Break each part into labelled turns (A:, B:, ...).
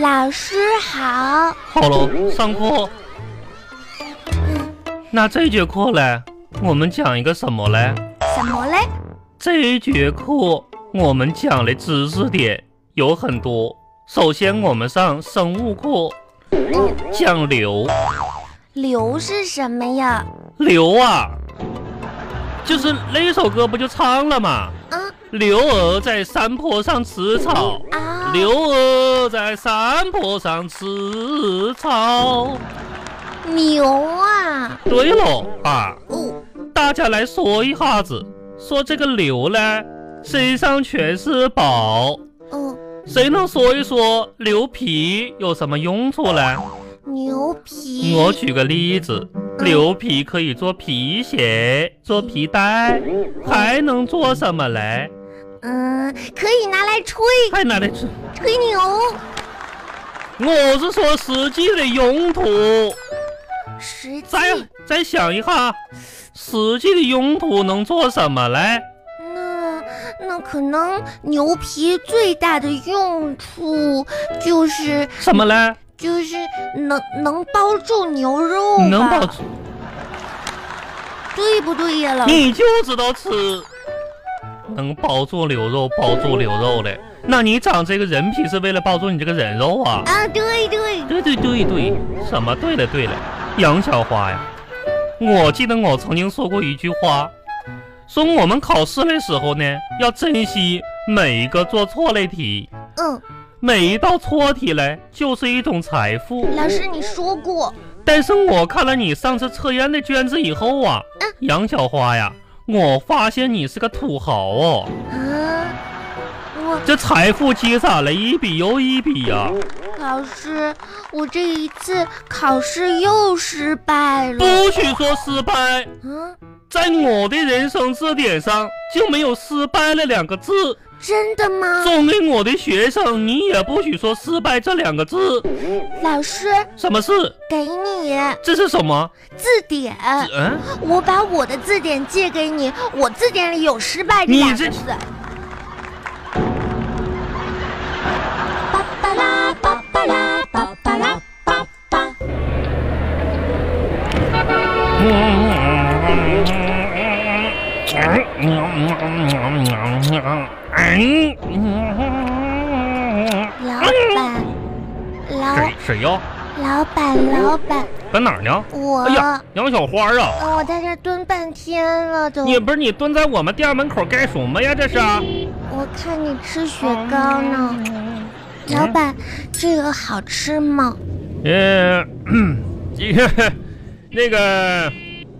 A: 老师好，
B: 好了，上课。那这节课嘞，我们讲一个什么嘞？
A: 什么嘞？
B: 这节课我们讲的知识点有很多。首先，我们上生物课，讲硫。
A: 流是什么呀？
B: 硫啊，就是那首歌不就唱了嘛？
A: 嗯
B: 刘儿在山坡上吃草，
A: 啊，
B: 刘儿在山坡上吃草。
A: 牛啊，
B: 对喽啊，
A: 哦，
B: 大家来说一下子，说这个牛呢，身上全是宝，
A: 嗯，
B: 谁能说一说牛皮有什么用处呢？
A: 牛皮，
B: 我举个例子，牛皮可以做皮鞋、做皮带，还能做什么嘞？
A: 嗯，可以拿来吹
B: 还拿来吃？
A: 吹牛，
B: 我是说实际的用途。
A: 实际
B: 再再想一下，实际的用途能做什么嘞？
A: 那那可能牛皮最大的用处就是
B: 什么嘞？
A: 就是能能包住牛肉吧，
B: 能保持？
A: 对不对呀，老师？
B: 你就知道吃，能包住牛肉，包住牛肉嘞。那你长这个人皮是为了包住你这个人肉啊？
A: 啊，对对，
B: 对对对对，什么对了对了，杨小花呀，我记得我曾经说过一句话，说我们考试的时候呢，要珍惜每一个做错类题，
A: 嗯，
B: 每一道错题嘞就是一种财富。
A: 老师你说过，
B: 但是我看了你上次测验的卷子以后啊，杨小花呀，我发现你是个土豪哦，
A: 啊，我
B: 这财富积攒了一笔又一笔呀、
A: 老师，我这一次考试又失败了。
B: 不许说失败。
A: 嗯，
B: 在我的人生字典上就没有失败了两个字。
A: 真的吗？
B: 送给我的学生，你也不许说失败这两个字。
A: 老师，
B: 什么事？
A: 给你
B: 这是什么？
A: 字典，
B: 嗯，
A: 我把我的字典借给你，我字典里有失败这
B: 你
A: 两
B: 这
A: 个字。巴巴拉巴巴拉巴巴拉巴巴。
B: 哎
A: 老板，老
B: 谁谁呀？
A: 老板，老板，
B: 搁哪儿呢？
A: 我、
B: 哎呀，杨小花啊，
A: 呃我在这儿蹲半天了都。
B: 你不是你蹲在我们店门口干什么呀？这是？啊
A: 我看你吃雪糕
B: 哦
A: 呢，老板，这个好吃吗？
B: 呃，这个 那个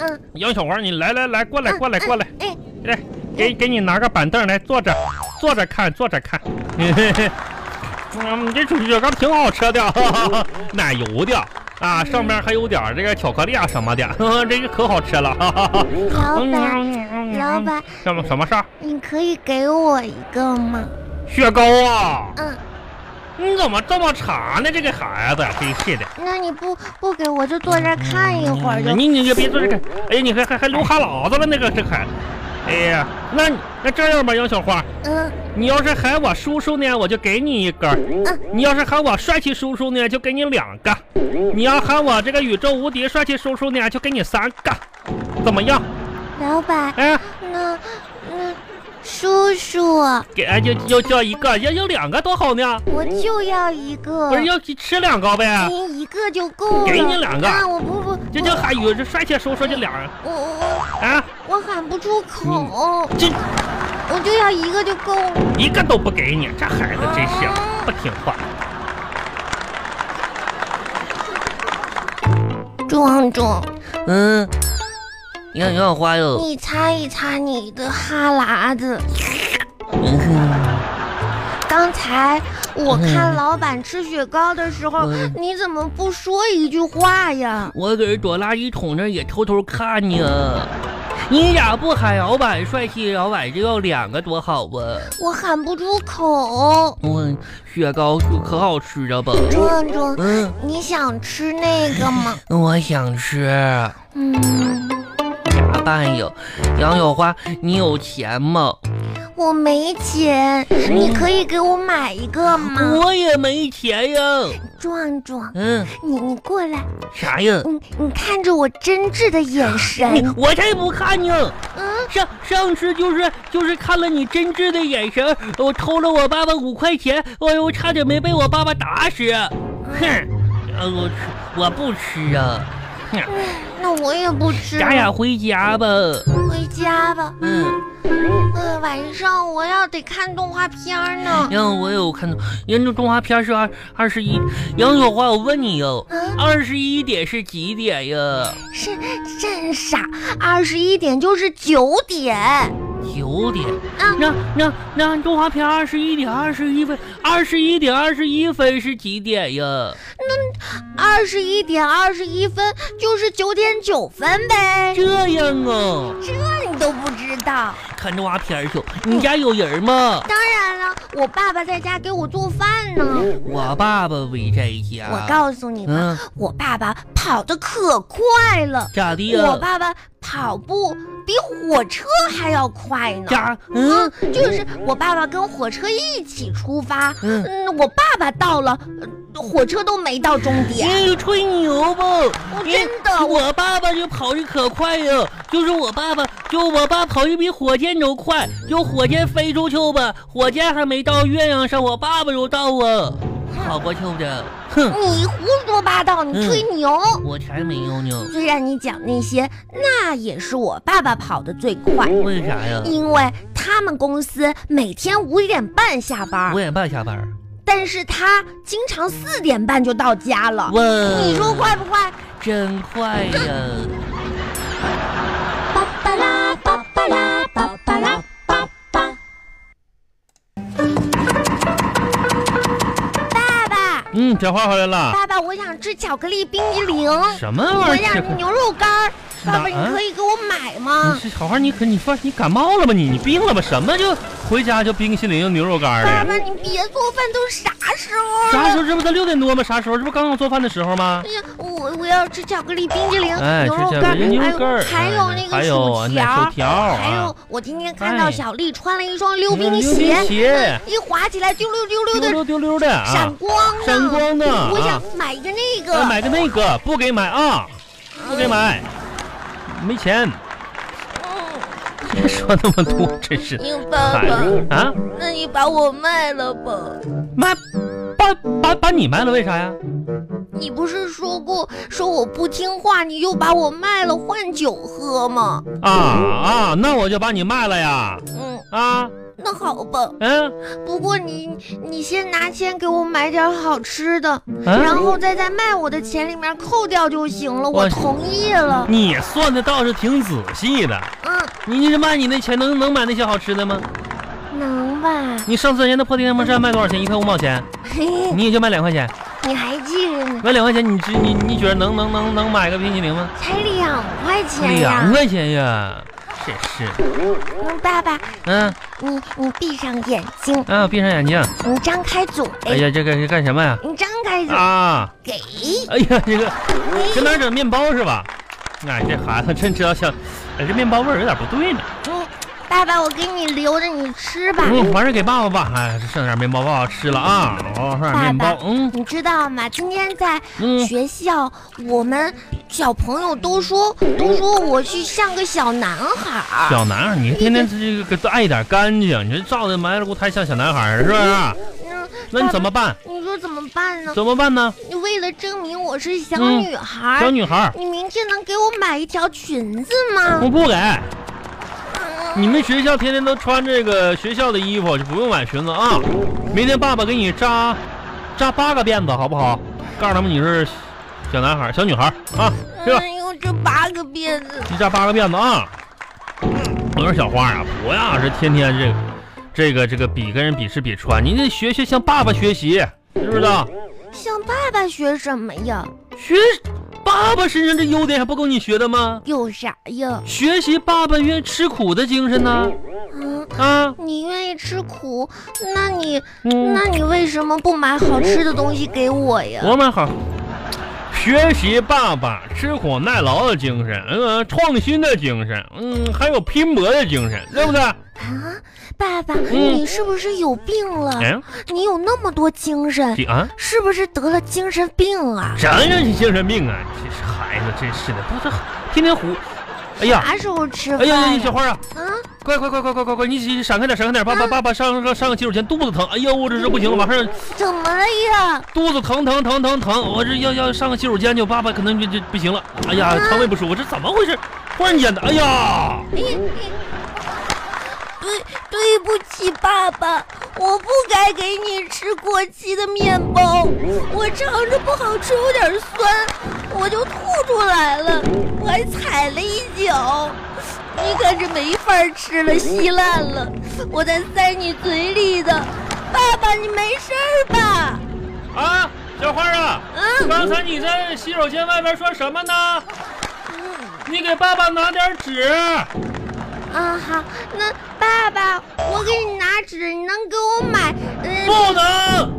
A: 嗯，
B: 杨小花，你来来来，过来过来过来，
A: 哎，
B: 来给给你拿个板凳来坐着，坐着看，坐着看。 嗯，这雪糕挺好吃的，哈哈 奶油的啊，上面还有点儿这个巧克力啊什么的， 呵呵这个可好吃了。 哈哈哈
A: 老板，
B: 嗯
A: 老板，
B: 什么什么事儿？
A: 你可以给我一个吗？
B: 雪糕啊？
A: 嗯，
B: 你怎么这么馋呢？这个孩子，真是的。嗯
A: 那你不不给我就坐这儿看一会儿就。
B: 你你你别做这个，哎呀，你还还还流哈喇子了，那个这还，哎呀，那你那这样吧，杨小花，
A: 嗯
B: 你要是喊我叔叔呢，我就给你一根儿；
A: 嗯，
B: 你要是喊我帅气叔叔呢，就给你两个；你要喊我这个宇宙无敌帅气叔叔呢，就给你三个，怎么样？
A: 老板，
B: 哎，
A: 那那叔叔，
B: 给哎就就叫一个，要有两个多好呢，
A: 我就要一个
B: 不，是要吃两个呗？
A: 您一个就够了。
B: 给你两个
A: 啊，我不不，
B: 这就喊宇宙帅气叔叔就俩人
A: 我我
B: 啊，
A: 我我喊不出口，
B: 这
A: 我就要一个就够了。
B: 一个都不给你，这孩子真是不听话。
A: 壮壮，
C: 嗯，杨小花哟，
A: 你擦一擦你的哈喇子。
C: 嗯哼
A: 刚才我看老板吃雪糕的时候，
C: 嗯
A: 你怎么不说一句话呀？
C: 我搁躲垃圾桶那儿也偷偷看呢。你咋不喊老板帅气？老板就要两个多好啊！
A: 我喊不出口。
C: 我雪糕可好吃了吧？
A: 壮壮，
C: 嗯，
A: 你想吃那个吗？
C: 我想吃。
A: 嗯，
C: 办呀？哎杨小花，你有钱吗？
A: 我没钱，你可以给我买一个吗？
C: 我也没钱呀。
A: 壮壮，
C: 嗯，
A: 你你过来，
C: 啥呀？
A: 你你看着我真挚的眼
C: 你
A: 神，
C: 我才不看呢！
A: 嗯
C: 上上次就是就是看了你真挚的眼神，我偷了我爸爸五块钱，哎呦，差点没被我爸爸打死！哼，呃我吃我不吃啊，
A: 那我也不吃
C: 咱俩
A: 了，
C: 回家吧。
A: 回家吧。
C: 嗯，
A: 嗯，晚上我要得看动画片儿呢。
C: 然后我有看到，人家动画片是二二十一，杨小花，我问你哟，
A: 嗯，
C: 二十一点是几点呀？
A: 是真傻，二十一点就是九点。
C: 九点，
A: 嗯
C: 那那那动画片二十一点二十一分，二十一点二十一分是几点呀？
A: 二十一点二十一分就是九点九分呗，
C: 这样啊，
A: 这你都不知道。
C: 看动画片儿去。你家有人吗？
A: 当然了，我爸爸在家给我做饭呢。
C: 我爸爸没在家。
A: 我告诉你吧，
C: 嗯，
A: 我爸爸跑得可快了，
C: 咋的呀？
A: 我爸爸跑步比火车还要快呢。
C: 咋？嗯
A: 嗯，就是我爸爸跟火车一起出发，
C: 嗯，
A: 嗯，我爸爸到了，呃火车都没到终点。
C: 你吹牛吧！
A: 我
C: 你
A: 哦真的我
C: 我爸爸就跑的可快呀，就是我爸爸，就我爸跑的比火箭都快，就火箭飞出去吧，火箭还没到月亮上，我爸爸就到啊，好不臭的，哼，
A: 你胡说八道，你吹
C: 嗯
A: 牛。
C: 我才没有呢，
A: 虽然你讲那些，那也是我爸爸跑得最快，
C: 为啥呀？
A: 因为他们公司每天五点半下班
C: 五，点半下班儿，
A: 但是他经常四点半就到家了。
C: 哇，
A: 啊你说快不快？
C: 真快呀！
A: 巴巴拉巴巴拉巴巴拉巴巴。爸爸，
B: 嗯，小花回来了。
A: 爸爸，我想吃巧克力冰激凌，
B: 什么玩
A: 啊我
B: 意儿？
A: 想牛肉干儿。爸爸，
B: 哪儿
A: 你可以给我买吗
B: 你？是小花，你可你说你感冒了吧？你你病了吧？什么就回家就冰淇淋、牛肉干
A: 爸
B: 儿的？
A: 爸，你别做饭，都啥时候
B: 啥时
A: 了？
B: 候？这不才六点多吗？啥时候？这不刚刚做饭的时候吗？
A: 哎呀，我我要吃巧克力冰激凌、
B: 哎，
A: 牛
B: 吃
A: 肉
B: 这
A: 干儿，
B: 牛肉干
A: 哎
B: 儿，
A: 呦还有那
B: 哎还
A: 个
B: 有
A: 薯
B: 奶
A: 条
B: 油，条儿啊，
A: 还有我今天看到
B: 哎
A: 小丽穿了一双溜
B: 溜
A: 冰
B: 冰
A: 鞋，哎
B: 鞋，
A: 一滑起来丢溜丢溜
B: 溜
A: 的
B: 溜溜溜的
A: 闪
B: 啊，
A: 光呢，
B: 闪光呢
A: 我
B: 啊
A: 想买一个那
B: 哎
A: 个，
B: 买个那个，不给买啊，不给买，没钱，
A: 嗯，
B: 别 说那么多，真是
A: 你爸
B: 孩
A: 爸，
B: 子啊，
A: 那你把我卖了吧？
B: 卖把把把你卖了，为啥呀？
A: 你不是说过说我不听话，你又把我卖了换酒喝吗？
B: 啊啊，那我就把你卖了呀！
A: 嗯，
B: 啊，
A: 那好吧，
B: 嗯
A: 不过你你先拿钱给我买点好吃的，然
B: 嗯，
A: 后再在卖我的钱里面扣掉就行了，我
B: 我
A: 同意了。
B: 你算的倒是挺仔细的。
A: 嗯，
B: 你你这卖你那钱能能买那些好吃的吗？
A: 能吧？
B: 你上次人家那破电风扇卖多少钱？一块五毛钱，
A: 嘿嘿，
B: 你也就卖两块钱，
A: 你还记着呢？
B: 卖两块钱，你知你你觉得能能能能买个冰淇淋吗？
A: 才两块钱
B: 两
A: 呀！
B: 块钱呀，真是。
A: 嗯，爸爸，
B: 嗯
A: 你你闭上眼睛，
B: 啊，闭上眼睛。
A: 你张开嘴，
B: 哎呀，这个是干什么呀？
A: 你张开嘴，
B: 啊，
A: 给
B: 哎呀，这个这哪儿整面包是吧？哎，这孩子真知道想，哎，这面包味儿有点不对呢。
A: 嗯，爸爸，我给你留着，你吃吧。
B: 嗯，完事儿给爸爸吧。哎，剩点面包不好吃了啊，我上点面包
A: 爸。
B: 嗯
A: 你知道吗？今天在
B: 嗯，
A: 学校，我们小朋友都说都说我去像个小男孩儿。
B: 小男孩，你天天这个都爱一点干净，你这照的埋了骨太像小男孩儿是不是？
A: 嗯，
B: 那你怎么办？
A: 你说怎么办呢？
B: 怎么办呢？
A: 你为了证明我是小
B: 嗯
A: 女孩
B: 小
A: 儿，
B: 女孩儿，
A: 你明天能给我买一条裙子吗
B: 我？不给。
A: 嗯
B: 你们学校天天都穿这个学校的衣服，就不用买裙子啊。明天爸爸给你扎扎八个辫子，好不好？告诉他们你是小男孩儿、小女孩儿啊，对吧？
A: 哎呦，这八个辫子，
B: 你扎八个辫子啊。我说小花啊，不要是天天这个这个这个比跟人比吃比穿，你得学学向爸爸学习，知不知道？
A: 向爸爸学什么呀？
B: 学爸爸身上这优点还不够你学的吗？
A: 有啥呀？
B: 学习爸爸愿吃苦的精神呢、
A: 嗯，
B: 啊？
A: 你愿意吃苦，那你
B: 嗯，
A: 那你为什么不买好吃的东西给我呀？
B: 我买好，学习爸爸吃苦耐劳的精神，嗯、创新的精神，嗯，还有拼搏的精神，对不对？
A: 啊，爸爸，
B: 嗯
A: 你是不是有病了？
B: 哎，
A: 你有那么多精神，
B: 这啊，
A: 是不是得了精神病啊？
B: 啥呀？你精神病啊？这是孩子，真是的，不是天天胡。哎呀，
A: 啥时候吃
B: 哎
A: 饭
B: 呀，
A: 呀
B: 小？花啊，
A: 啊，
B: 快快快快快快快，你你闪开点，闪开点！爸爸爸爸上上上个洗手间，肚子疼。哎呦，我这是不行了，马上
A: 怎么了呀？
B: 肚子疼疼疼疼疼！我这要要上个洗手间去，爸爸可能就就不行了。哎呀，肠胃不舒服，这怎么回事？忽然间的，哎呀！
A: 对，对不起，爸爸，我不该给你吃过期的面包，我尝着不好吃，有点酸，我就吐出来了，我还踩了一脚，你可是没法吃了，稀烂了，我才塞你嘴里的，爸爸，你没事儿吧？
B: 啊，小花啊，
A: 嗯
B: 刚才你在洗手间外边说什么呢？你给爸爸拿点纸。
A: 啊，好，那爸爸，我给你拿纸，你能给我买？嗯、
B: 不能，